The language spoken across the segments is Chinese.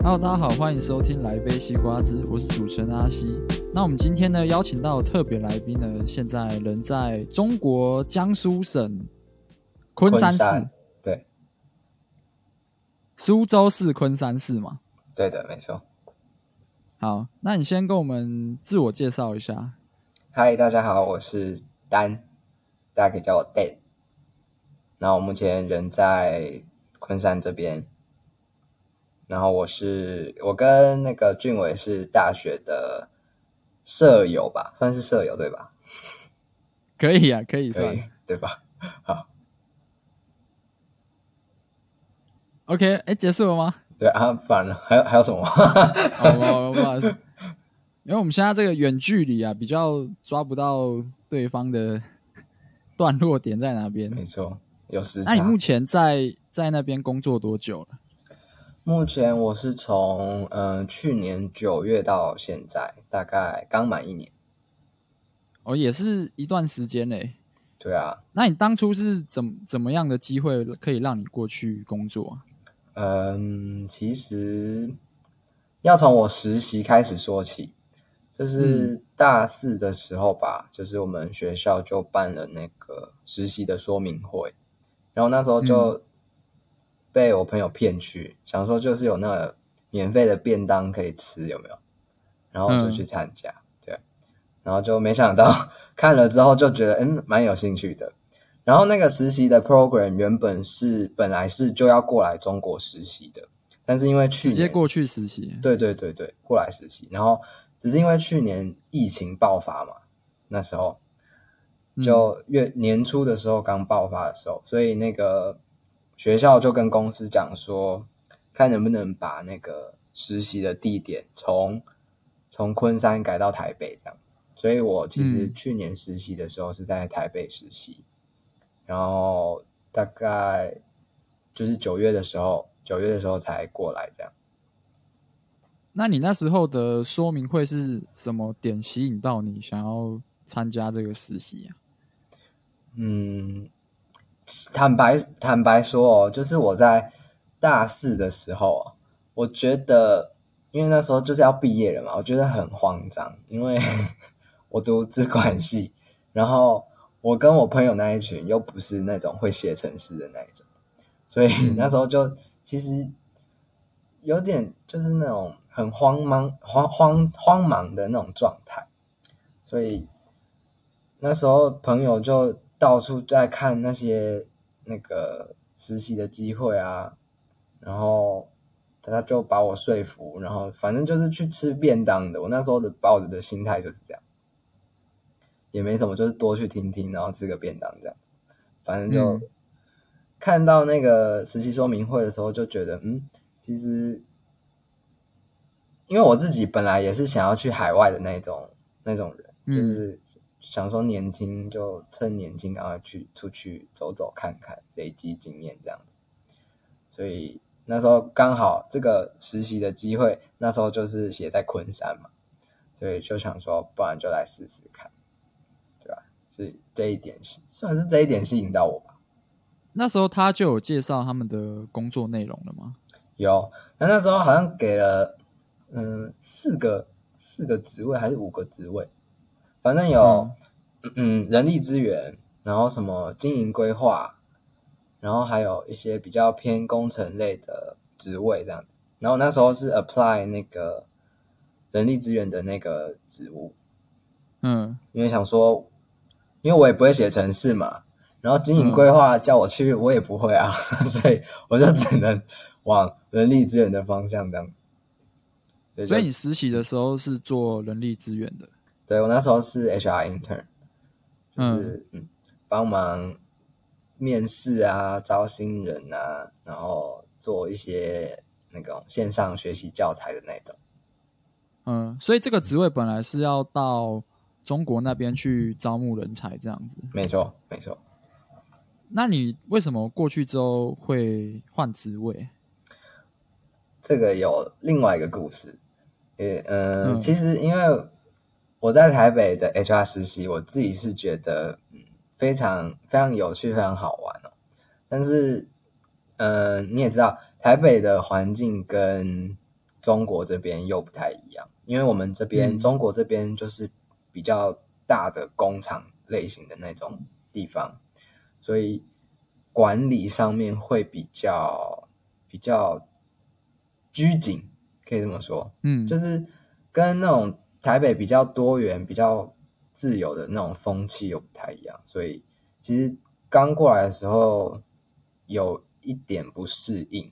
Hello，大家好，欢迎收听来杯西瓜汁，我是主持人阿西。那我们今天呢邀请到的特别来宾呢，现在人在中国江苏省昆山市，山对苏州市昆山市嘛。对的，没错。好，那你先跟我们自我介绍一下。嗨，大家好，我是丹，大家可以叫我 Dan。那我目前人在昆山这边，然后我是我跟那个俊伟是大学的舍友吧，算是舍友对吧？可以啊，可以可算。以对吧？ OK，哎，结束了吗？对啊，不然呢？还有还有什么？ 好不好？不好意思，因为我们现在这个远距离啊，比较抓不到对方的段落点在哪边。没错，有时那差。你目前在在那边工作多久了？目前我是从嗯、呃去年九月到现在，大概刚满一年。哦，也是一段时间嘞。对啊，那你当初是怎怎么样的机会可以让你过去工作啊？嗯，其实要从我实习开始说起，就是大四的时候吧，就是我们学校就办了那个实习的说明会，然后那时候就被我朋友骗去，想说就是有那个免费的便当可以吃，有没有？然后我就嗯去参加，对，然后就没想到 看了之后就觉得嗯蛮有兴趣的，然后那个实习的 program 原本是本来是就要过来中国实习的，但是因为去直年接过去实习？对对对对过来实习，然后只是因为去年疫情爆发嘛，那时候嗯就月年初的时候刚爆发的时候，所以那个学校就跟公司讲说，看能不能把那个实习的地点从从昆山改到台北这样。所以我其实嗯去年实习的时候是在台北实习，然后大概就是九月的时候，九月的时候才过来这样。那你那时候的说明会是什么点吸引到你想要参加这个实习啊？嗯，坦白坦白说哦，就是我在大四的时候哦，我觉得因为那时候就是要毕业了嘛，我觉得很慌张，因为 我读资管系，然后我跟我朋友那一群又不是那种会写程式的那一种，所以嗯那时候就其实有点就是那种很慌忙慌慌慌忙的那种状态，所以那时候朋友就到处在看那些那个实习的机会啊，然后他就把我说服，然后反正就是去吃便当的。我那时候的抱着的心态就是这样，也没什么，就是多去听听，然后吃个便当这样。反正就嗯看到那个实习说明会的时候，就觉得嗯，其实因为我自己本来也是想要去海外的那种那种人，嗯就是想说年轻就趁年轻赶快去出去走走看看，累积经验这样子。所以那时候刚好这个实习的机会，那时候就是写在昆山嘛，所以就想说，不然就来试试看，对吧？所以这一点吸算是这一点吸引到我吧。那时候他就有介绍他们的工作内容了吗？有，那那时候好像给了嗯四个四个职位还是五个职位，反正有嗯人力资源，然后什么经营规划，然后还有一些比较偏工程类的职位这样子。然后那时候是 apply 那个人力资源的那个职务，嗯，因为想说，因为我也不会写程式嘛，然后经嗯营规划叫我去，我也不会啊， 所以我就只能往人力资源的方向这样。对所以就你实习的时候是做人力资源的，对我那时候是 HR intern，就是嗯帮忙面试啊、招新人啊，然后做一些那种线上学习教材的那种。嗯，所以这个职位本来是要到中国那边去招募人才这样子。没错，没错。那你为什么过去之后会换职位？这个有另外一个故事，也、嗯，嗯其实因为我在台北的 HR 实习，我自己是觉得嗯非常非常有趣，非常好玩哦。呃但是，嗯，你也知道台北的环境跟中国这边又不太一样，因为我们这边、嗯中国这边就是比较大的工厂类型的那种地方，所以管理上面会比较比较拘谨，可以这么说。嗯，就是跟那种台北比较多元、比较自由的那种风气又不太一样，所以其实刚过来的时候有一点不适应，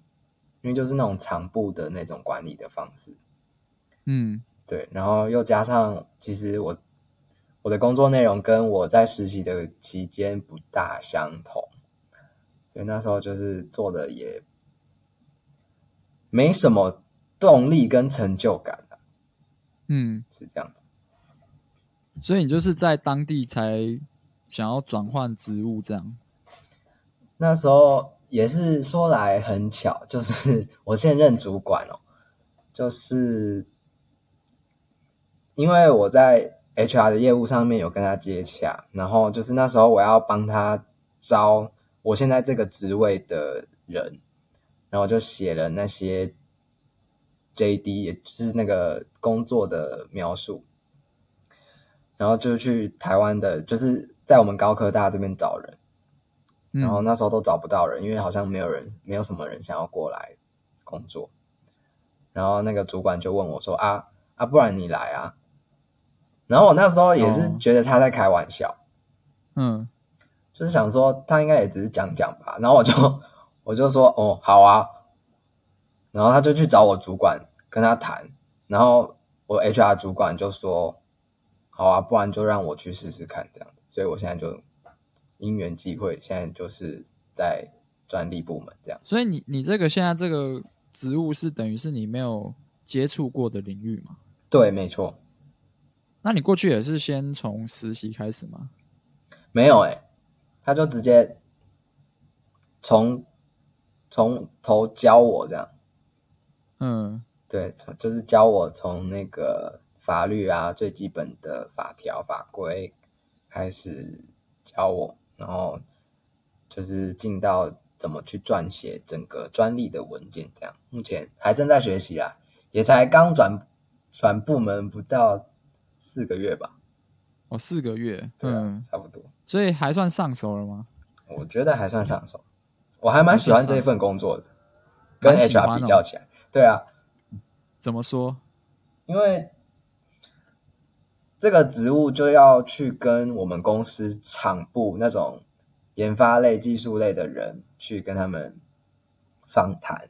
因为就是那种长布的那种管理的方式，嗯对，然后又加上其实我我的工作内容跟我在实习的期间不大相同，所以那时候就是做的也没什么动力跟成就感啊嗯，是这样子。所以你就是在当地才想要转换职务这样。那时候也是说来很巧，就是 我现任主管哦，就是因为我在 HR 的业务上面有跟他接洽，然后就是那时候我要帮他招我现在这个职位的人，然后就写了那些 JD，也就是那个工作的描述，然后就去台湾的，就是在我们高科大这边找人。嗯、然后那时候都找不到人，因为好像没有人，没有什么人想要过来工作。然后那个主管就问我说：“啊啊，不然你来啊。”然后我那时候也是哦觉得他在开玩笑，嗯，就是想说他应该也只是讲讲吧。然后我就我就说：“哦，好啊。”然后他就去找我主管跟他谈，然后我 HR 主管就说：“好啊，不然就让我去试试看这样。”所以我现在就因缘际会，现在就是在专利部门这样。所以你你这个现在这个职务是等于是你没有接触过的领域嘛？对，没错，那你过去也是先从实习开始吗？没有哎、他就直接从从头教我这样，嗯，对，从就是教我从那个法律啊最基本的法条法规开始教我，然后就是进到怎么去撰写整个专利的文件这样。目前还正在学习啊，也才刚转转部门不到四个月吧，哦，四个月，对啊，嗯，差不多。所以还算上手了吗？我觉得还算上手，我还蛮喜欢这一份工作的，跟蛮喜欢 HR 哦比较起来，对啊，怎么说？因为这个职务就要去跟我们公司厂部那种研发类、技术类的人去跟他们访谈，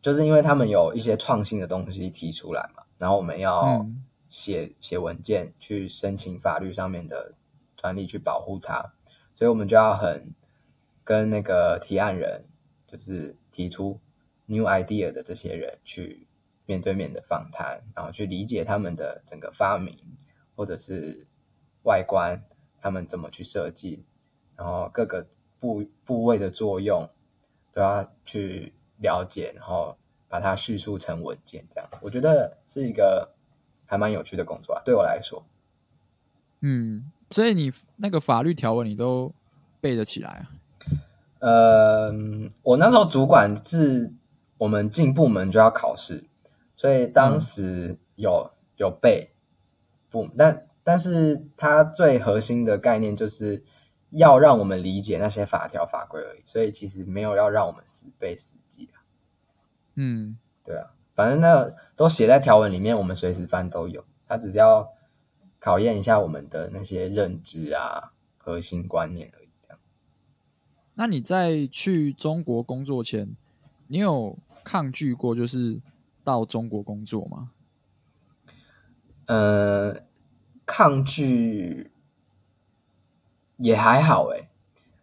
就是因为他们有一些创新的东西提出来嘛，然后我们要嗯写写文件去申请法律上面的专利去保护它，所以我们就要很跟那个提案人，就是提出 new idea 的这些人去面对面的访谈，然后去理解他们的整个发明或者是外观，他们怎么去设计，然后各个部部位的作用都要去了解，然后把它叙述成文件，这样我觉得是一个还蛮有趣的工作啊，对我来说。嗯，所以你那个法律条文你都背得起来啊？呃，我那时候主管是我们进部门就要考试，所以当时有、有背不，但但是它最核心的概念就是要让我们理解那些法条法规而已，所以其实没有要让我们死背死记啊，嗯，对啊，反正那都写在条文里面，我们随时翻都有，它只是要考验一下我们的那些认知啊、核心观念而已，这样。那你在去中国工作前，你有抗拒过就是到中国工作吗？呃，抗拒也还好诶、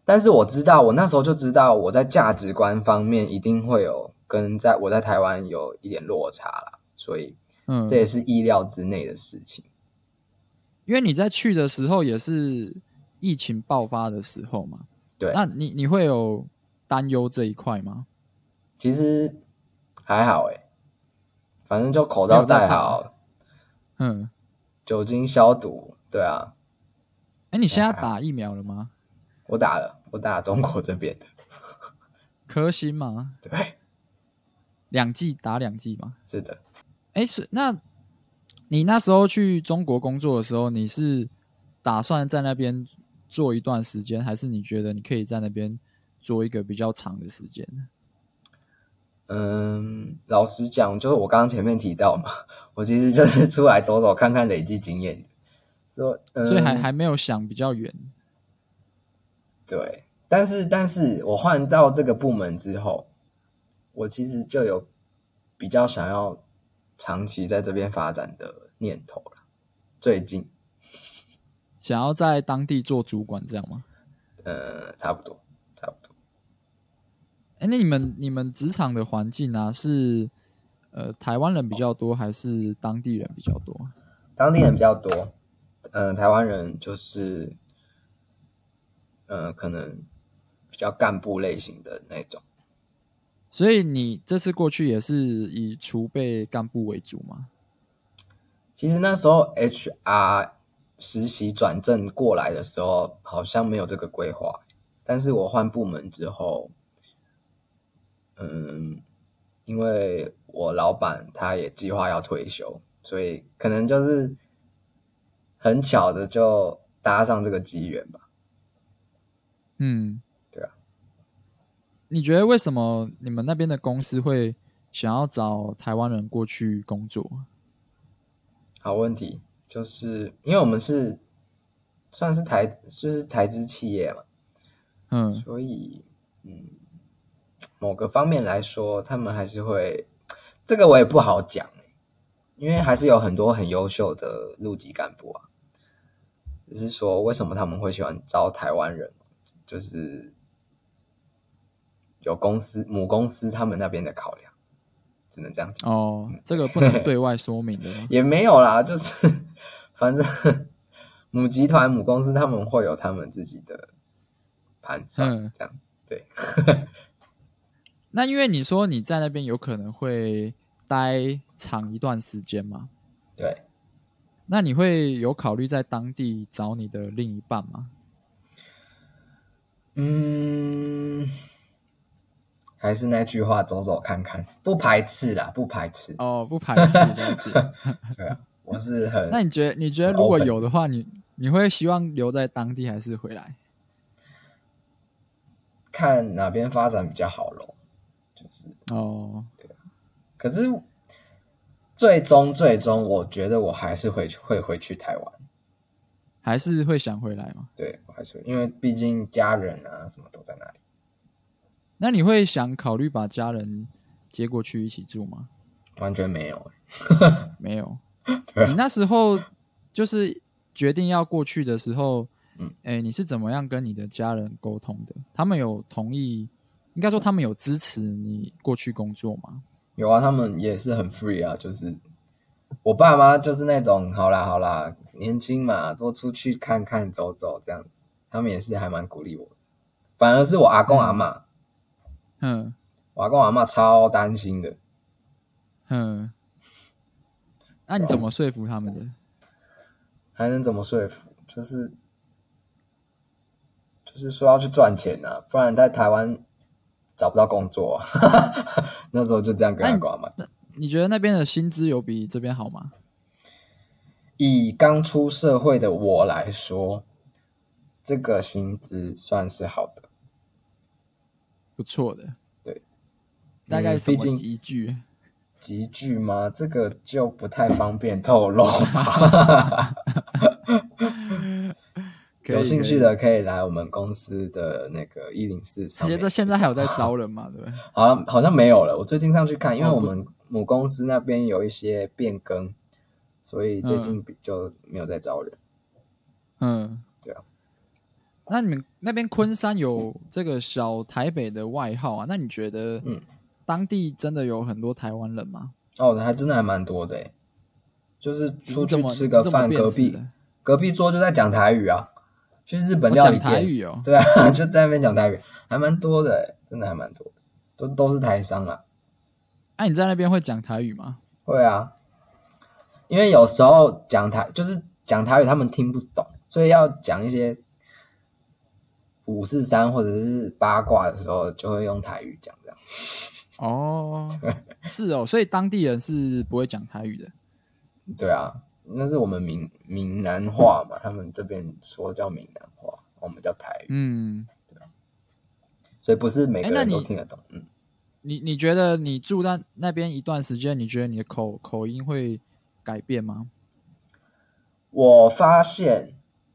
但是我知道，我那时候就知道我在价值观方面一定会有跟在我在台湾有一点落差啦，所以嗯，这也是意料之内的事情。因为你在去的时候也是疫情爆发的时候嘛，对，那你你会有担忧这一块吗？其实还好诶、反正就口没有罩在戴怕好，嗯，酒精消毒，对啊，哎，你现在还打疫苗了吗？我打 了，我打中国这边的，科兴吗？对，两季打两季嘛。是的，哎，是那，你那时候去中国工作的时候，你是打算在那边做一段时间，还是你觉得你可以在那边做一个比较长的时间？嗯，老实讲，就是我刚刚前面提到嘛， 我其实就是出来走走看看，累积经验的。说，嗯、所以还还没有想比较远。对，但是但是我换到这个部门之后，我其实就有比较想要长期在这边发展的念头了。最近，想要在当地做主管这样吗？呃，差不多，差不多。哎，那你们你们职场的环境啊，是呃台湾人比较多，还是当地人比较多？啊当地人比较多，嗯、呃，台湾人就是，嗯、可能比较干部类型的那种。所以你这次过去也是以储备干部为主吗？其实那时候 HR 实习转正过来的时候，好像没有这个规划。但是我换部门之后，嗯，因为我老板他也计划要退休，所以可能就是很巧的就搭上这个机缘吧。嗯，对啊。你觉得为什么你们那边的公司会想要找台湾人过去工作？好问题，就是因为我们是算是台就是台资企业嘛，嗯，所以，嗯，某个方面来说，他们还是会，这个我也不好讲，欸因为还是有很多很优秀的陆籍干部啊。只是说，为什么他们会喜欢招台湾人，就是有公司母公司他们那边的考量，只能这样讲。哦，嗯？这个不能对外说明的 吗也没有啦，就是反正母集团、母公司他们会有他们自己的盘算嗯，这样那因为你说你在那边有可能会待长一段时间嘛，对。那你会有考虑在当地找你的另一半吗？嗯，还是那句话，走走看看，不排斥啦，不排斥。哦，不排斥，了 解。对啊，我是很那你觉得你觉得很如果 open 有的话，你你会希望留在当地还是回来？看哪边发展比较好咯。就是，哦，可是最终最终，我觉得我还是回去会回去台湾。还是会想回来吗？对，我还是会因为毕竟家人啊什么都在那里。那你会想考虑把家人接过去一起住吗？完全没有欸、没有。对啊你那时候就是决定要过去的时候，嗯嗯，哎，你是怎么样跟你的家人沟通的？他们有同意，应该说他们有支持你过去工作吗？有啊，他们也是很 free 啊，就是我爸妈就是那种好啦好啦，年轻嘛，多出去看看走走这样子，他们也是还蛮鼓励我的。反而是我阿公阿嬷，嗯我阿公阿嬷超担心的，嗯，那你怎么说服他们的？还能怎么说服？就是就是说要去赚钱啊，不然在台湾找不到工作、啊。 那时候就这样跟阿公阿嬷。你觉得那边的薪资有比这边好吗？以刚出社会的我来说，这个薪资算是好的。不错的，对，大概嗯什毕么竟集聚？集聚吗？这个就不太方便透露吧。 可以有兴趣，可以的可以来我们公司的那个一零四上而且面。这现在还有在招人嘛，对不对？好像好像没有了。我最近上去看，因为哦我不们母公司那边有一些变更，所以最近比就没有在招人。嗯，对啊。那你们那边昆山有这个小台北的外号啊？那你觉得，嗯当地真的有很多台湾人吗？哦，还真的还蛮多的欸，就是出你怎去么吃个你怎么饭，辨隔识壁的隔壁桌就在讲台语啊，去日本哦料理讲店，台语哦，对啊， 就在那边讲台语，还蛮多的欸，真的还蛮多的，都都是台商啊。那、你在那边会讲台语吗？会啊，因为有时候讲台就是讲台语，他们听不懂，所以要讲一些五四三或者是八卦的时候，就会用台语讲这样。哦， 是哦，所以当地人是不会讲台语的。对啊，那是我们闽闽南话嘛，他们这边说叫闽南话，我们叫台语，嗯，所以不是每个哎那人都你听得懂。嗯，你你觉得你住在那边一段时间，你觉得你的口口音会改变吗？我发现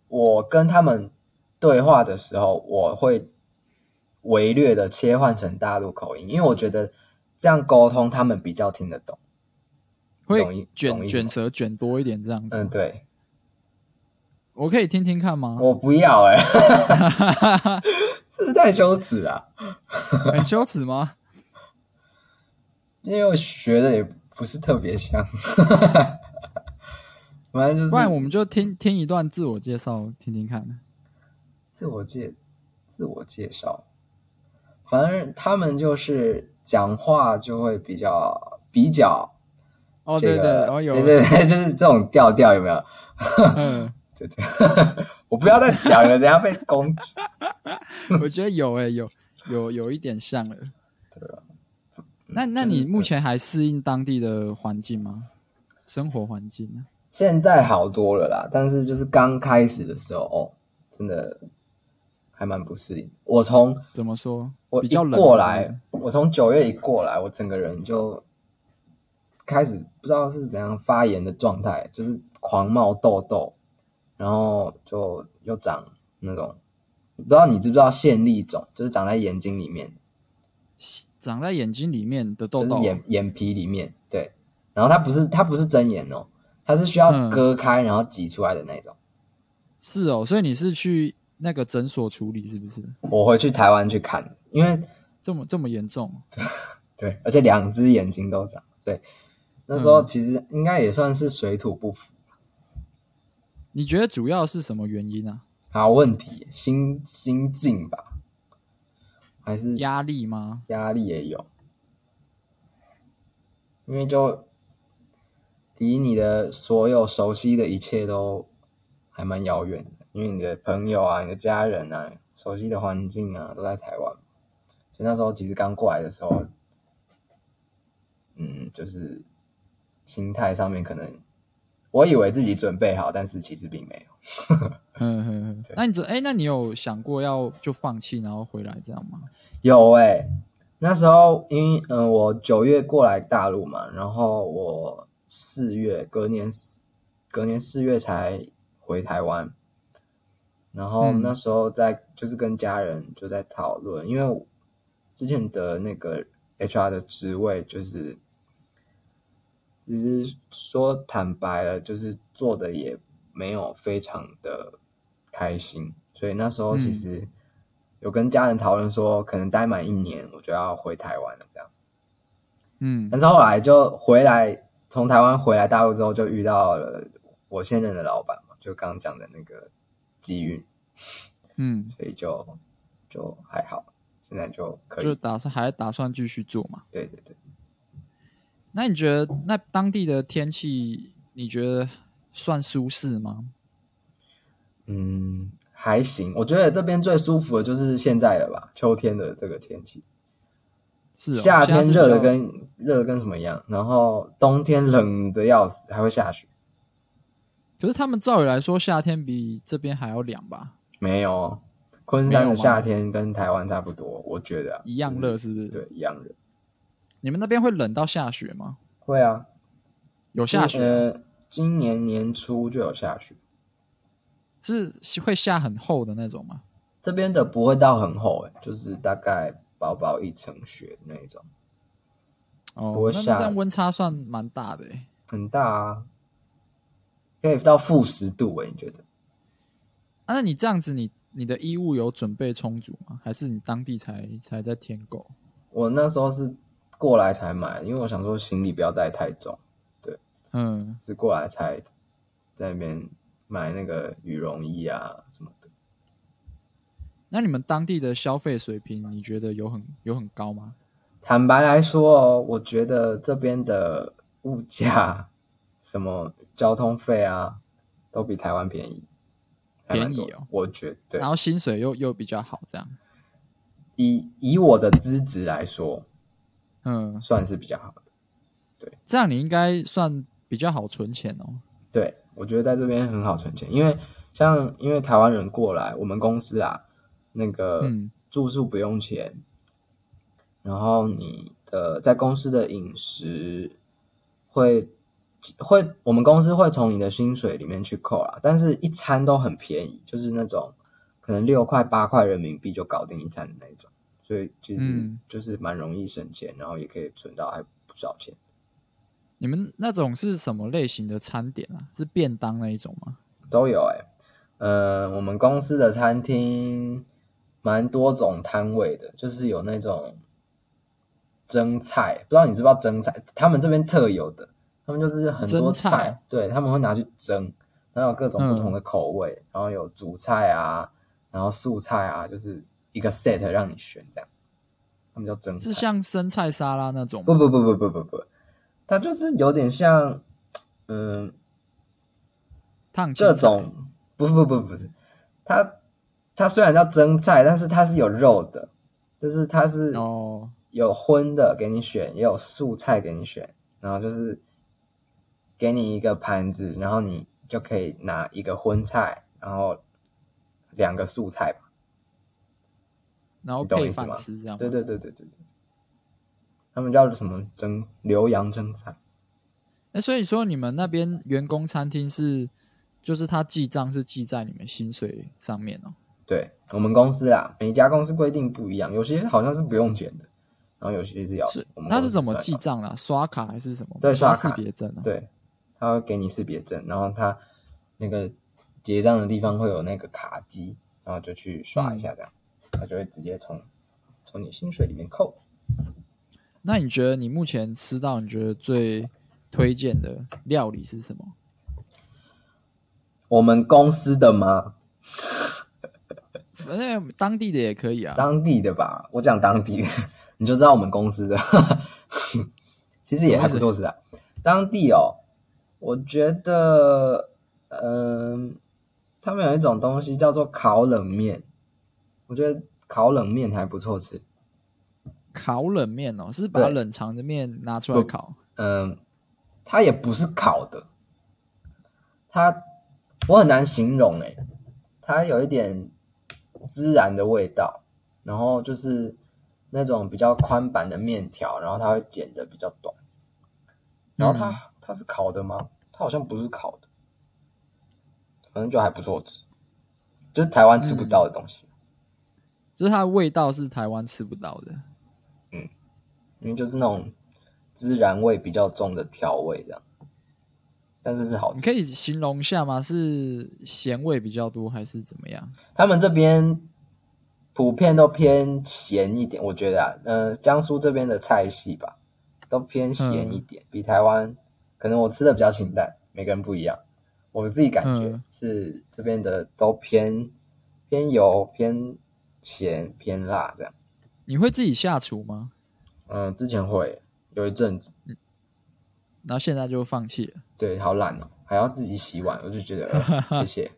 我跟他们对话的时候，我会微略的切换成大陆口音，因为我觉得这样沟通他们比较听得懂。懂意会卷懂意思卷吗舌卷多一点这样子？嗯，对，我可以听听看吗？ 我不要哎、 是不是太羞耻啊了、很哎羞耻吗？因为我学的也不是特别像， 反正就是不然我们就听听一段自我介绍听听看。自我介自我介绍，反正他们就是讲话就会比较比较哦，这对个对，哦有对，对对，就是这种调调有没 有？嗯，对对，我不要再讲了，等下被攻击。我觉得有诶、欸有有有一点像 了。那那啊就是呃你目前还适应当地的环境吗？生活环境呢？现在好多了啦，但是就是刚开始的时候，哦，真的还蛮不适应。我从怎么说？我比一较冷是过不来是，我从九月一过来，我整个人就开始不知道是怎样发炎的状态，就是狂冒痘痘，然后就又长那种，不知道你知不知道线粒肿，就是长在眼睛里面，长在眼睛里面的痘就痘是啊，眼眼皮里面，对。然后它不是它不是真眼哦，它是需要嗯割开然后挤出来的那种。是哦，所以你是去那个诊所处理是不是？我回去台湾去看，因为这么这么严重？对，而且两只眼睛都长，对。那时候嗯其实应该也算是水土不服。你觉得主要是什么原因啊？好问题，心心境吧，还是压力吗？压力也有，因为就离你的所有熟悉的一切都还蛮遥远的，因为你的朋友啊、你的家人啊、熟悉的环境啊都在台湾，所以那时候其实刚过来的时候，嗯，就是心态上面可能我以为自己准备好，但是其实并没有。嗯嗯嗯。那你这哎、那你有想过要就放弃然后回来这样吗？有哎、那时候因嗯、呃我九月过来大陆嘛，然后我四月隔年四隔年四月才回台湾，然后嗯那时候在就是跟家人就在讨论，因为我之前的那个 HR 的职位就是，其实说坦白了，就是做的也没有非常的开心，所以那时候其嗯实有跟家人讨论说，可能待满一年我就要回台湾了这样。嗯但是后来就回来，从台湾回来大陆之后，就遇到了我现任的老板嘛，就刚刚讲的那个机运，嗯，所以就就还好，现在就可就以。打算还打算继续做嘛？对对对，那你觉得那当地的天气，你觉得算舒适吗？嗯，还行。我觉得这边最舒服的就是现在了吧，秋天的这个天气，是、哦、夏现在天是热的比较跟热的跟什么一样，然后冬天冷的要死，还会下雪。可是他们照理来说，夏天比这边还要凉吧？没有哦，昆没山有的吗夏天跟台湾差不多，我觉得啊一样就是热是不是？对，一样热。你们那边会冷到下雪吗？会啊，有下雪啊、呃，今年年初就有下雪，是会下很厚的那种吗？这边的不会到很厚、欸，就是大概薄薄一层雪那一种，不哦会，那下那这样温差算蛮大的、欸。很大啊，可以到负十度哎、你觉得？啊，那你这样子你，你的衣物有准备充足吗？还是你当地才才在添购？我那时候是过来才买，因为我想说行李不要带太重，嗯，是过来才在那边买那个羽绒衣啊什么的。那你们当地的消费水平，你觉得有很有很高吗？坦白来说哦，我觉得这边的物价、什么交通费啊，都比台湾便宜，还蛮多便宜哦我觉然得后薪水又又比较好，这样。以以我的资质来说，嗯，算是比较好的。对，这样你应该算比较好存钱哦。对，我觉得在这边很好存钱，因为像因为台湾人过来，我们公司啊，那个嗯住宿不用钱，然后你的在公司的饮食会会，我们公司会从你的薪水里面去扣啦，但是一餐都很便宜，就是那种可能六块八块人民币就搞定一餐的那种，所以其实嗯就是蛮容易省钱，然后也可以存到还不少钱。你们那种是什么类型的餐点啊？是便当那一种吗？都有哎、呃，我们公司的餐厅蛮多种摊位的，就是有那种蒸菜，不知道你知不知道蒸菜，他们这边特有的，他们就是很多蒸菜对，他们会拿去蒸，然后有各种不嗯同的口味，然后有主菜啊，然后素菜啊，就是一个 set 让你选这样，他们叫蒸菜。是像生菜沙拉那种吗？不不不不不不不，它就是有点像，嗯，烫青这菜种不不不不是，它它虽然叫蒸菜，但是它是有肉的，就是它是哦，有荤的给你选，也有素菜给你选，然后就是给你一个盘子，然后你就可以拿一个荤菜，然后两个素菜吧。然后你懂我配意思饭吗吃这样吗。对对对对对对，他们叫什么蒸浏阳蒸菜？哎，所以说你们那边员工餐厅是，就是他记账是记在你们薪水上面哦。对我们公司啊，每一家公司规定不一样，有些好像是不用钱的，然后有些是要是钱。我们他公是司怎么不太记管账的啊、刷卡还是什么？对刷识卡别证啊。对，他会给你识别证，然后他那个结账的地方会有那个卡机，然后就去刷一下这样，他就会直接从从你薪水里面扣。那你觉得你目前吃到你觉得最推荐的料理是什么？我们公司的吗？反正当地的也可以啊。当地的吧，我讲当地的， 你就知道我们公司的， 其实也还不错是啊。当地哦，我觉得，嗯、他们有一种东西叫做烤冷面，我觉得烤冷面还不错吃。烤冷面哦，是把对冷藏的面拿出来不烤。嗯，它也不是烤的，它我很难形容诶、它有一点孜然的味道，然后就是那种比较宽版的面条，然后它会剪的比较短，然后它、嗯它是烤的吗？它好像不是烤的，反正就还不错吃，就是台湾吃不到的东西，就是它的味道是台湾吃不到的。因为就是那种孜然味比较重的调味这样，但是是好你吃。可以形容一下吗？是咸味比较多还是怎么样？他们这边普遍都偏咸一点，我觉得啊，呃，江苏这边的菜系吧，都偏咸一点，比台湾可能我吃的比较清淡，每个人不一样。我自己感觉嗯是这边的都偏偏油、偏咸、偏辣这样。你会自己下厨吗？嗯，之前会有一阵子，然后现在就放弃了。对，好懒哦，还要自己洗碗，我就觉得、呃谢谢。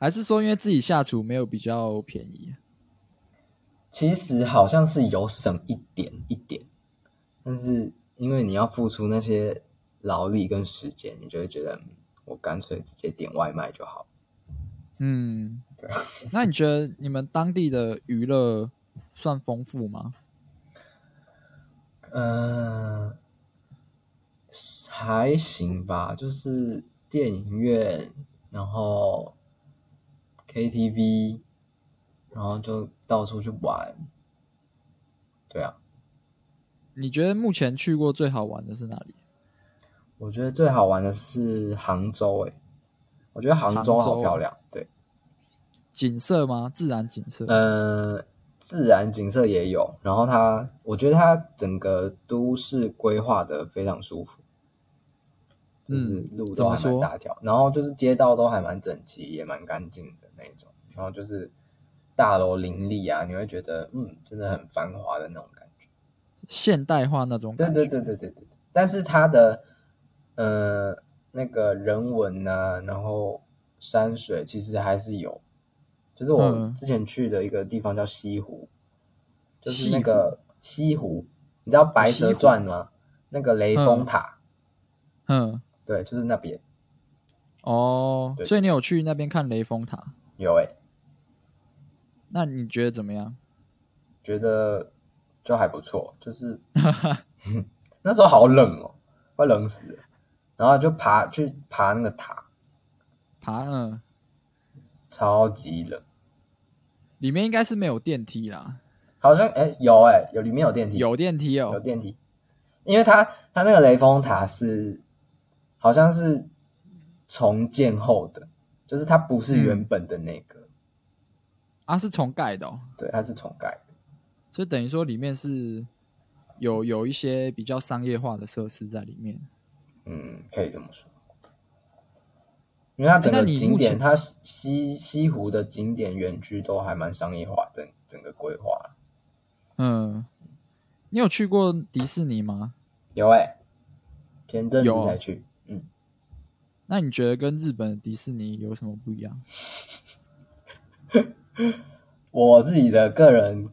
还是说因为自己下厨没有比较便宜？其实好像是有省一点一点，但是因为你要付出那些劳力跟时间，你就会觉得嗯我干脆直接点外卖就好。嗯对，那你觉得你们当地的娱乐算丰富吗？嗯、还行吧，就是电影院，然后 KTV，然后就到处去玩。对啊，你觉得目前去过最好玩的是哪里？我觉得最好玩的是杭州、欸，我觉得杭州杭好州漂亮，对。景色吗？自然景色？呃，自然景色也有，然后它，我觉得它整个都市规划的非常舒服，就是嗯路怎都么还蛮说大条，然后就是街道都还蛮整齐，也蛮干净的那种，然后就是大楼林立啊，你会觉得嗯，真的很繁华的那种感觉。现代化那种对感觉？对对对对对，但是它的呃那个人文呐、然后山水其实还是有，就是我嗯之前去的一个地方叫西湖。就是西那湖个西湖，你知道《白蛇传》吗？那个雷峰塔，嗯，对，就是那边哦，对所以你有去那边看雷峰塔，有欸诶、那你觉得怎么样？觉得就还不错，就是 那时候好冷哦，快冷死了，然后就爬去爬那个塔，爬嗯，超级冷，里面应该是没有电梯啦，好像哎、有哎、有里面有电梯，有电梯有哦，电梯，因为它它那个雷峰塔是好像是重建后的，就是它不是原本的那个，啊是重盖的、哦，对，它是重盖的，所以等于说里面是有有一些比较商业化的设施在里面。嗯，可以这么说。因为它整哎个那你景目点，前它西西西湖的景点园区都还蛮商业化，整整个规划嗯，你有去过迪士尼吗？有哎、前阵子有才去，嗯，那你觉得跟日本的迪士尼有什么不一样？我自己的个人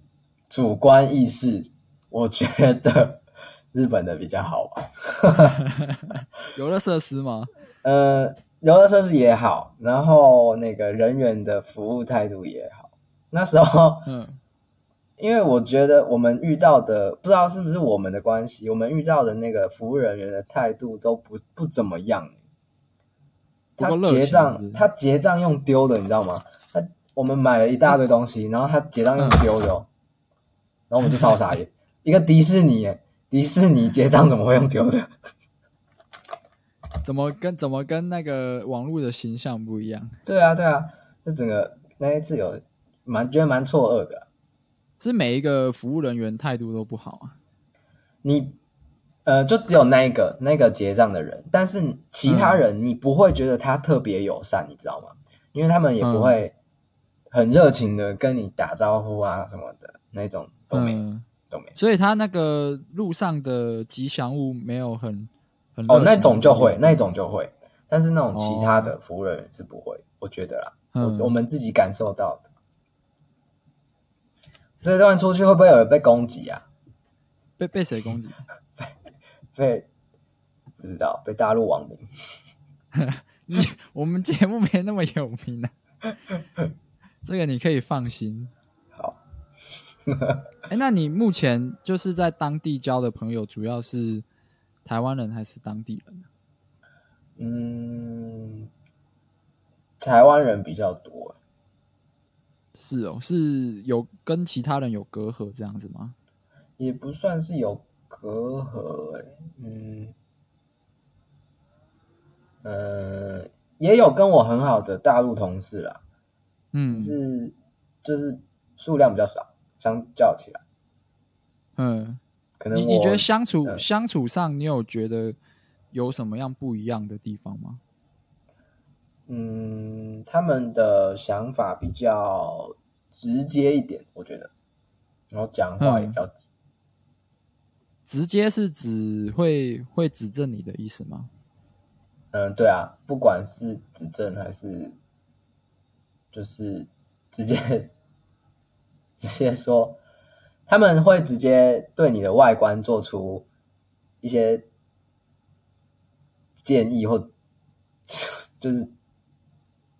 主观意识，我觉得 日本的比较好玩。游乐设施吗？呃，游乐设施也好，然后那个人员的服务态度也好。那时候，嗯因为我觉得我们遇到的，不知道是不是我们的关系，我们遇到的那个服务人员的态度都不不怎么样。欸不他够热情结账，是不是他结账用丢的，你知道吗？他我们买了一大堆东西，然后他结账用嗯丢的、哦，然后我们就超傻眼。一个迪士尼耶，迪士尼结账怎么会用丢的？ 怎么跟怎么跟那个网络的形象不一样？对啊，对啊，这整个那一次有蛮觉得蛮错愕的啊。是每一个服务人员态度都不好啊？你呃，就只有那一个那个结账的人，但是其嗯他人你不会觉得他特别友善，你知道吗？因为他们也不嗯会很热情的跟你打招呼啊什么的那种都没、嗯，都没。所以他那个路上的吉祥物没有很很热哦，情那种就会的，哦那种就会，但是那种其他的服务人员是不会，我觉得啦，嗯我我们自己感受到的。这段出去会不会有人被攻击啊？被被谁攻击？被不知道被大陆网民你 我们节目没那么有名啊，这个你可以放心。 好。哎、那你目前就是在当地交的朋友，主要是台湾人还是当地人？啊嗯，台湾人比较多，是哦，是有跟其他人有隔阂这样子吗？也不算是有隔阂、欸，嗯，呃，也有跟我很好的大陆同事啦，只嗯是就是数量比较少，相较起来，嗯，可能你我你觉得相处、呃相处上，你有觉得有什么样不一样的地方吗？嗯，他们的想法比较直接一点，我觉得，然后讲话嗯也比较直，直接是指会会指正你的意思吗？嗯、对啊，不管是指正还是就是直接直接说，他们会直接对你的外观做出一些建议或 就是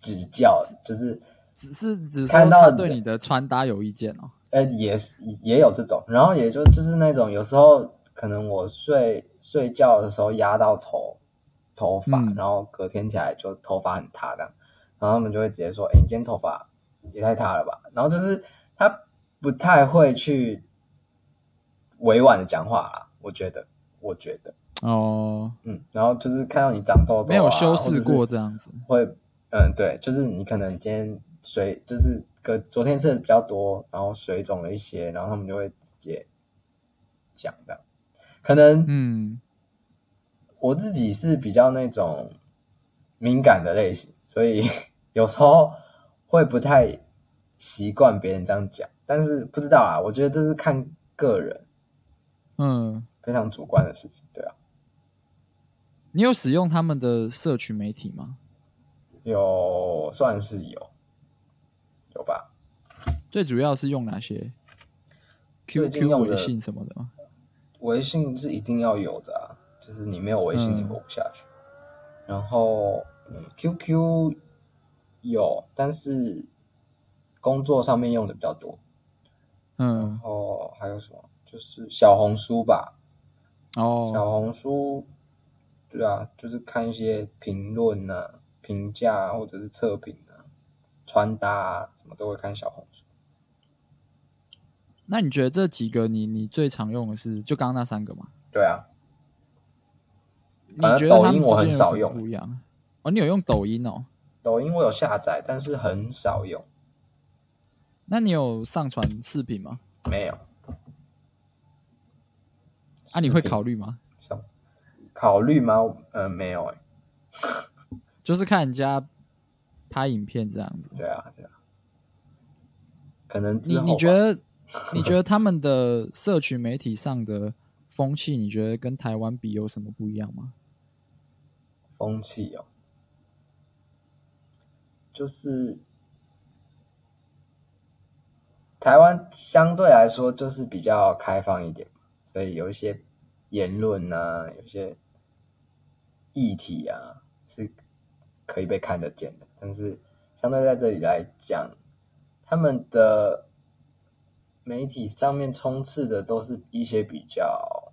指教，就是只是只是看说到他你对的你的穿搭有意见哦。呃，也是也有这种，然后也就就是那种有时候可能我睡睡觉的时候压到头头发，嗯然后隔天起来就头发很塌这样，然后他们就会直接说：“哎，你今天头发也太塌了吧？”然后就是他不太会去委婉的讲话啦，我觉得，我觉得，哦，嗯，然后就是看到你长痘痘、啊，没有修或者饰是过这样子。会，嗯，对，就是你可能今天水就是隔昨天吃的比较多，然后水肿了一些，然后他们就会直接讲的。可能嗯，我自己是比较那种敏感的类型，所以 有时候会不太习惯别人这样讲，但是不知道啊，我觉得这是看个人，嗯，非常主观的事情，对啊。你有使用他们的社群媒体吗？有算是有，有吧？最主要是用哪些最近？QQ、用微的信什么的吗？微信是一定要有的啊，就是你没有微信嗯你活不下去。然后，嗯，QQ 有，但是工作上面用的比较多。然嗯，后还有什么？就是小红书吧，小哦，红书，对啊，就是看一些评论啊、评价啊或者是测评啊、穿搭啊，什么都会看小红书。那你觉得这几个你你最常用的是就刚刚那三个吗？对啊，你反正觉得他呃抖音们之我很间有少什么用不一样？哦，你有用抖音哦？抖音我有下载，但是很少用，那你有上传视频吗？没有。啊，你会视频考虑吗？考虑吗？呃，没有哎、就是看人家拍影片这样子。对啊，对啊，可能之你后你吧觉得你 觉得他们的社群媒体上的风气，你觉得跟台湾比有什么不一样吗？风气哦，就是台湾相对来说就是比较开放一点，所以有一些言论啊，有一些议题啊是可以被看得见的，但是相对在这里来讲，他们的媒体上面充斥的都是一些比较，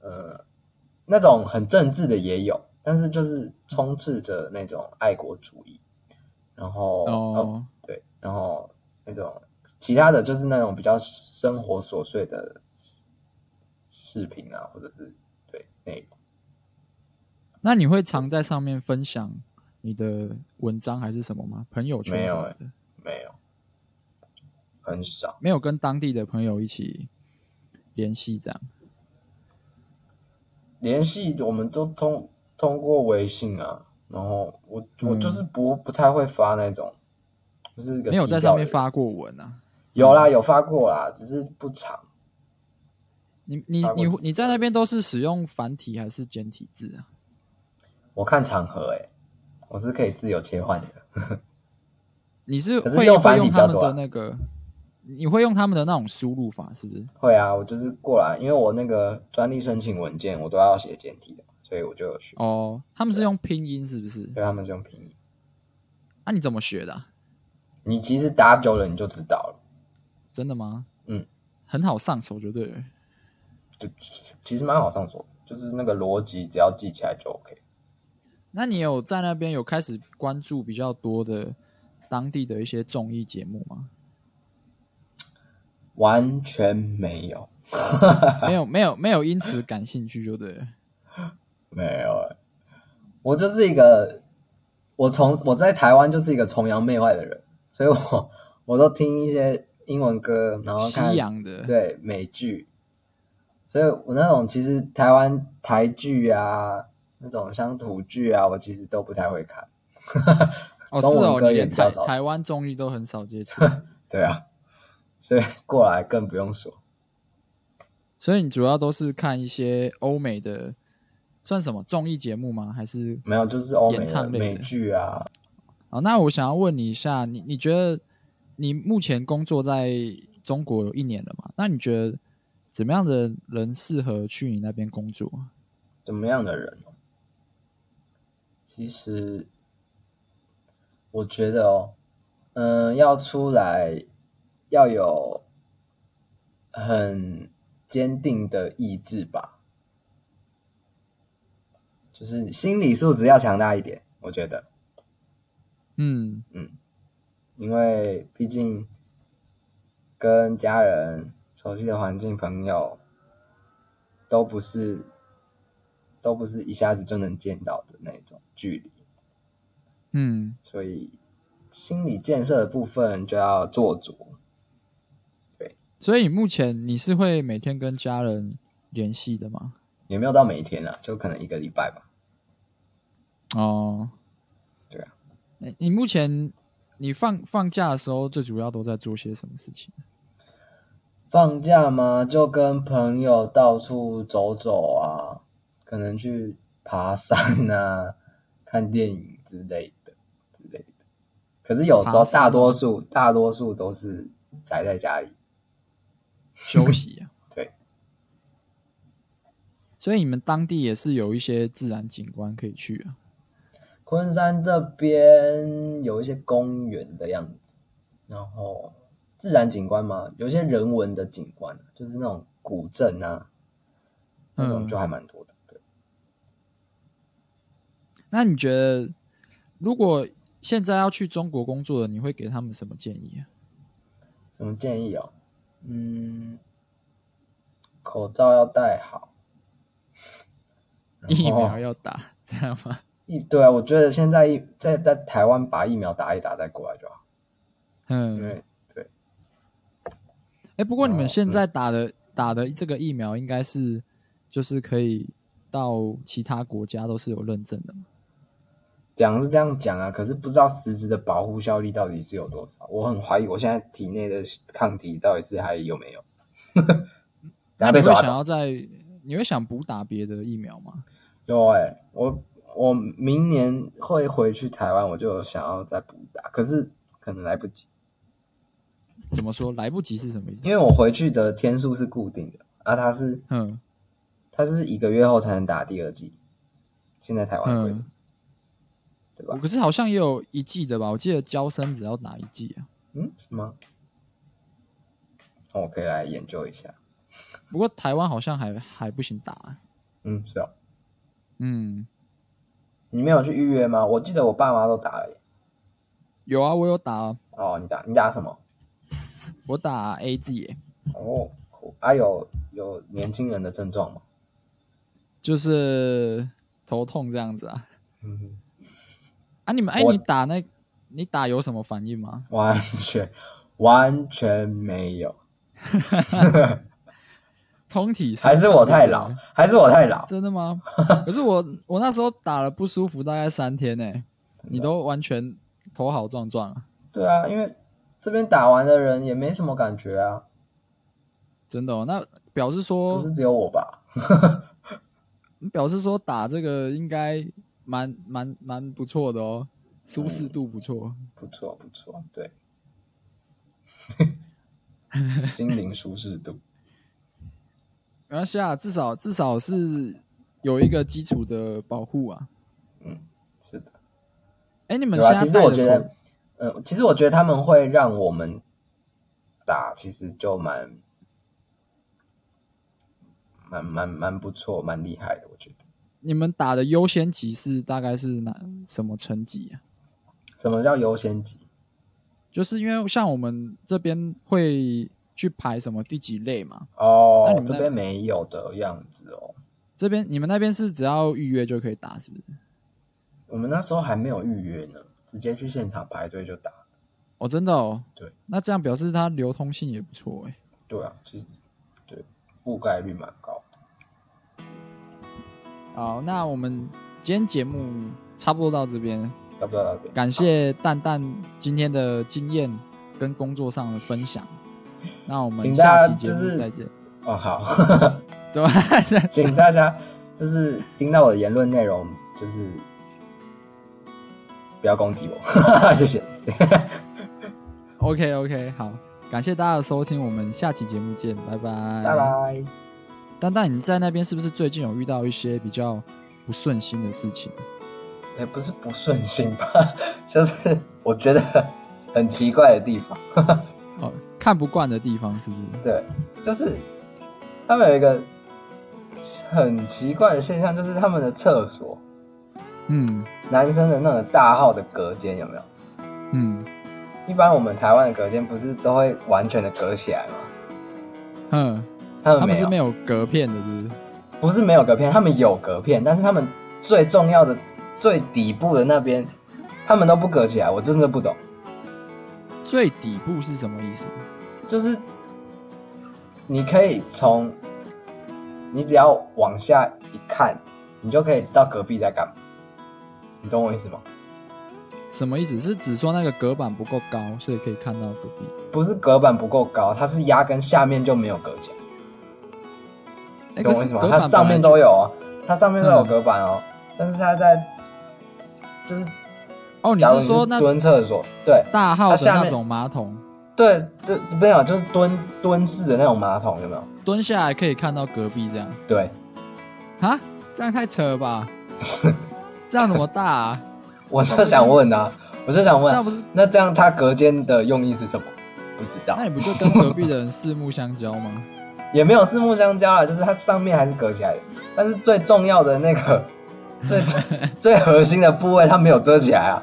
呃。那种很政治的也有，但是就是充斥着那种爱国主义，然后呃哦，对，然后那种其他的就是那种比较生活琐碎的视频啊，或者是对内容，那你会常在上面分享你的文章还是什么吗？朋友圈没有什么欸的，没有，很少。没有跟当地的朋友一起联系这样。联系我们都通通过微信啊，然后我我就是不不太会发那种，就是个嗯没有在低调上的面人，发过文啊？有啦有发过啦，只是不长。你你发过你几你在那边都是使用繁体还是简体字啊？我看场合哎、我是可以自由切换的。你是可是会用会繁用体比他较们多啊的那个，你会用他们的那种输入法是不是？会啊，我就是过来，因为我那个专利申请文件我都要写简体的，所以我就有学。哦，他啊们是用拼音是不是？对他们这种拼音，那、你怎么学的啊、你其实打久了你就知道了。真的吗？嗯，很好上手就对了。就其实蛮好上手，就是那个逻辑只要记起来就 OK。那你有在那边有开始关注比较多的当地的一些综艺节目 吗？完全没有，没有，没有，没有，因此感兴趣就对了。没有欸，我就是一个，我从我在台湾就是一个崇洋媚外的人，所以我我都听一些英文歌，然后西看洋的，对美剧，所以我那种其实台湾台剧啊，那种乡土剧啊，我其实都不太会看。 哦，是中文哦，歌你也连比较台少台湾综艺都很少接 触，对啊，所以 过来更不用说。所以你主要都是看一些欧美的，算什么综艺节目吗？还是没有，就是欧美演的唱类的美剧啊，啊，那我想要问你一下，你你觉得你目前工作在中国有一年了嘛？那你觉得怎么样的人适合去你那边工作啊？怎么样的人哦？其实我觉得哦，嗯，要出来要有很坚定的意志吧，就是心理素质要强大一点，我觉得。嗯，因为毕竟跟家人、熟悉的环境、朋友都不是都不是一下子就能见到的那种距离，嗯，所以心理建设的部分就要做足。所以目前你是会每天跟家人联系的吗？也没有到每天啊，就可能一个礼拜吧。哦，对啊诶。你目前你放放假的时候，最主要都在做些什么事情？啊 放假嘛，就跟朋友到处走走啊，可能去爬山啊、 看电影之类的之类的。可是有时候爬山大多数大多数都是宅在家里，休息啊？对。所以你们当地也是有一些自然景观可以去啊。昆山这边有一些公园的样子，然后自然景观嘛，有一些人文的景观，就是那种古镇啊，那嗯种就还蛮多的。对，那你觉得，如果现在要去中国工作的，你会给他们什么建议啊？什么建议哦？嗯，口罩要戴好，疫然后苗要打，这样 吗？疫对啊，我觉得现在疫在在台湾把疫苗打一打再过来就好，因嗯，为哎、不过你们哦现嗯在打的、打的这个疫苗，应该是就是可以到其他国家都是有认证的嘛。讲是这样讲啊，可是不知道实质的保护效力到底是有多少，我很怀疑我现在体内的抗体到底是还 有没有。那你然后被会抓想走，要在你会想补打别的疫苗吗？有哎、我我明年会回去台湾，我就有想要再补打，可是可能来不及，怎么说来不及是什么意思因？为我回去的天数是固定的啊，它是嗯它是不是一个月后才能打第二剂？现在台湾会、嗯，对吧我？可是好像也有一季的吧？我记得交生只要打一季啊。嗯，什么？那我可以来研究一下。不过台湾好像还还不行打啊、嗯，是哦。嗯，你没有去预约吗？我记得我爸妈都打了耶。有啊，我有打啊，哦，你打你打什么？我打 A G，、耶，哦，酷啊有有年轻人的症状吗？就是头痛这样子啊。嗯，啊，你们哎，我你打那，你打有什么反应吗？完全完全没有，通体还是我太老舒畅就对了？，还是我太老？真的 吗？可是我我那时候打了不舒服，大概三天呢、你都完全头好壮壮啊，对啊，因为这边打完的人也没什么感觉啊，真的、哦。那表示不说是，只有我吧？表示说打这个应该蛮蛮蛮不错的哦，舒嗯适度不错。不错不错， 对，心灵舒适度。没关系啊，至少至少是有一个基础的保护啊。嗯，是的，哎、你们对现啊。在其实我戴觉的得口，呃，其实我觉得他们会让我们打，其实就蛮蛮蛮蛮不错，蛮厉害的。我觉得你们打的优先级是大概是哪什么层级啊？什么叫优先级？就是因为像我们这边会去排什么第几类嘛，那你哦们，这那边没有的样子哦。这边你们那边是只要预约就可以打，是不是？我们那时候还没有预约呢，直接去现场排队就打。哦，真的哦。对，那这样表示它流通性也不错哎。对啊，其实对覆盖率蛮高的。好，那我们今天节目差不多到这边，要不要那边？感谢蛋蛋今天的经验跟工作上的分享。那我们请下大家期节目就是再见。哦，好。怎么？请大家就是听到我的言论内容，就是不要攻击我，谢谢。 OK OK，好，感谢大家的收听，我们下期节目见，拜拜，拜。拜。丹丹，你在那边是不是最近有遇到一些比较不顺心的事情？也哎不是不顺心吧， 就是我觉得很奇怪的地方。哦，看不惯的地方是不是？对，就是他们有一个很奇怪的现象，就是他们的厕所，嗯男生的那种大号的隔间有没有？嗯一般我们台湾的隔间不是都会完全的隔起来吗？哼，他他们没们是有没。有隔片的，是不是？不是没有隔片，他们有隔片，但是他们最重要的、最底部的那边，他们都不隔起来，我真的不懂。最底部是什么意思？就是你可以从，你只要往下一看，你就可以知道隔壁在干嘛，你懂我意思吗？什么意思？是指说那个隔板不够高，所以可以看到隔壁？不是隔板不够高，它是压根下面就没有隔起来，哎、懂可是我意思吗？隔它板上面本都来就有哦，它上面都有嗯隔板哦，但是它在，就是哦，你假如是你说那是蹲厕所，对，大号它的下面那种马桶对对，没有，就是蹲蹲式的那种马桶，有没有？蹲下来可以看到隔壁这样？对，哈，这样太扯了 吧？这样怎么大、啊？我就想问啊，我就 想这样问，不是？那这样他隔间的用意是什么？不知道那，你不就跟隔壁的人四目相交吗？啊也没有四目相交啊，就是它上面还是隔起来的，但是最重要的 那个最最核心的部位它没有遮起来啊。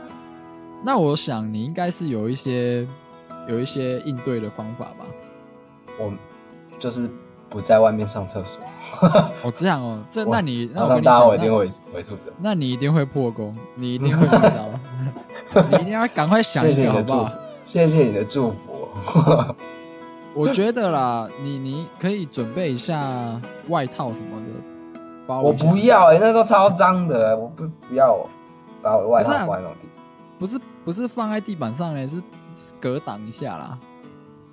那我想你应该是有一些有一些应对的方法吧？我就是不在外面上厕所，哦，这样哦，这我那你那马我跟上你大家讲，我一定那回回宿舍。那你一定会破功，你一定会遇 到，你一定要赶快想谢一谢个你好的不祝好福？，谢谢你的祝福。我觉得啦，你你可以准备一下外套什么的，包我一下不，要哎、那都超脏的、我不不要我把我的外套不是啊放在那种地不是不是放在地板上嘞，是是隔挡一下啦。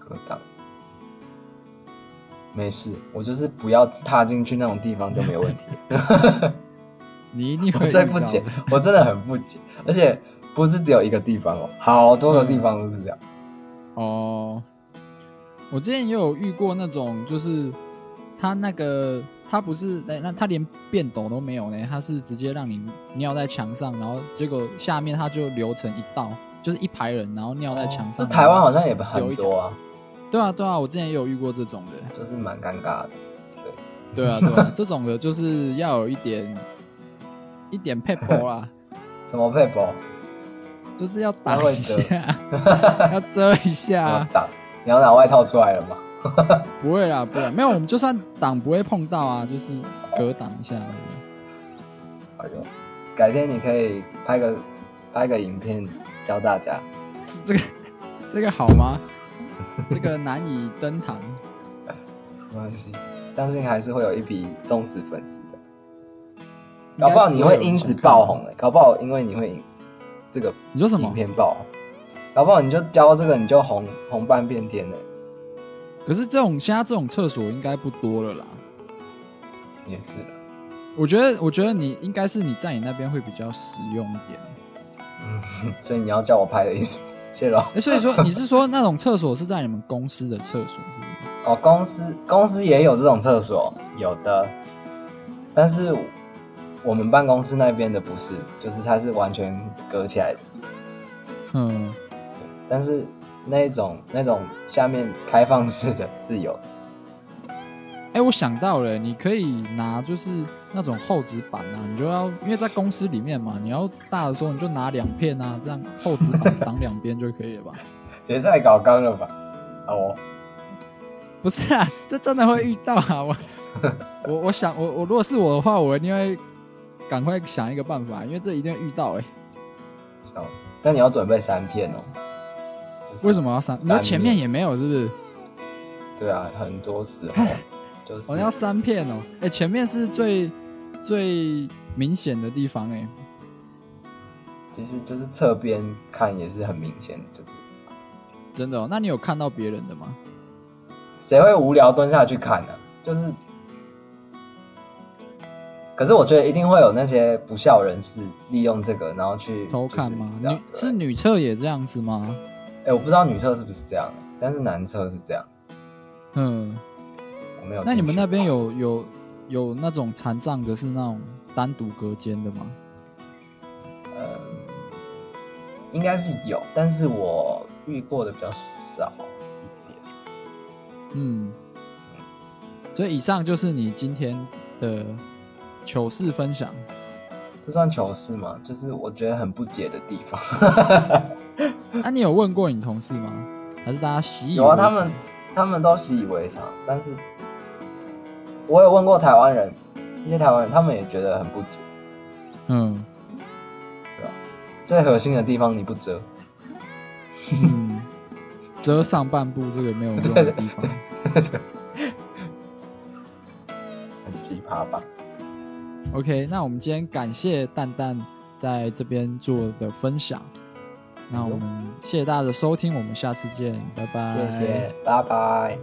隔挡。没事，我就是不要踏进去那种地方就没 问题。你一定我会遇最到不解的。，我真的很不解，而且不是只有一个地方哦，好多个嗯地方都是这样。哦，我之前也有遇过那种，就是他那个他不是哎那那他连便斗都没有呢，他是直接让你尿在墙上，然后结果下面他就留成一道，就是一排人，然后尿在墙哦这上。台湾好像有也很一多啊，对啊对啊，我之前也有遇过这种的。就是蛮尴尬的。对啊对 啊，这种的就是要有一点一点配波啦，什么配博？就是要挡一下， 要遮一要下。 挡？你要拿外套出来了吗？不会啦，不会啦，没有，我们就算挡不会碰到啊，就是隔挡一下而已。哎呦，改天你可以拍个拍个影片教大家。这个这个好吗？这个难以登堂。没关系，相信还是会有一批忠实粉丝的。应该搞不好你会有人因此想看爆红。欸，搞不好因为你会影这个你说什影么？片爆红，搞不好你就教这个你就红红半边天了，可是这种现在这种厕所应该不多了啦。也是啦我觉得，我觉得你应该是你在你那边会比较实用一点。嗯，所以你要叫我拍的意思吗，谢喽。哎，所以 说你是说那种厕所是在你们公司的厕所是不是？哦，公司公司也有这种厕所，有的，但是我们办公室那边的不是，就是它是完全隔起来的。嗯，但是那一种那种下面开放式的是有的，哎，我想到了，你可以拿就是那种厚纸板啊，你就要因为在公司里面嘛，你要大的时候你就拿两片啊，这样厚纸板挡两边就可以了吧？也太搞纲了吧？好哦，不是啊，这真的会遇到啊！ 我我我想我我如果是我的话，我一定会赶快想一个办法，因为这一定会遇到哎、啊笑死那你要准备三片哦。就是为什？么要三？你说前面也没有是不是？对啊，很多时候哎就是我、要三片哦、哎、前面是最最明显的地方哎、其实就是侧边看也是很明显，就是真的哦、那你有看到别人的吗？谁会无聊蹲下去看呢、就是，可是我觉得一定会有那些不孝人士利用这个，然后去偷看吗？就是女是女厕也这样子吗？哎、我不知道女厕是不是这样，但是男厕是这样，嗯，我没有进去过。那你们那边有有有那种残障的是那种单独隔间的吗？呃，应该是有，但是我遇过的比较少一点。嗯，所以以上就是你今天的糗事分享。这算糗事吗？就是我觉得很不解的地方。那、啊你有问过你同事吗？还是大家习以为有啊，他常们他们都习以为常，但是我有问过台湾人，一些台湾人他们也觉得很不解。嗯最核心的地方你不遮，嗯，只有上半部这个没有用的地 方。很奇葩吧？ OK，那我们今天感谢蛋蛋在这边做的分享。哎那我们谢谢大家的收听，我们下次见，拜拜。哎谢谢，拜拜。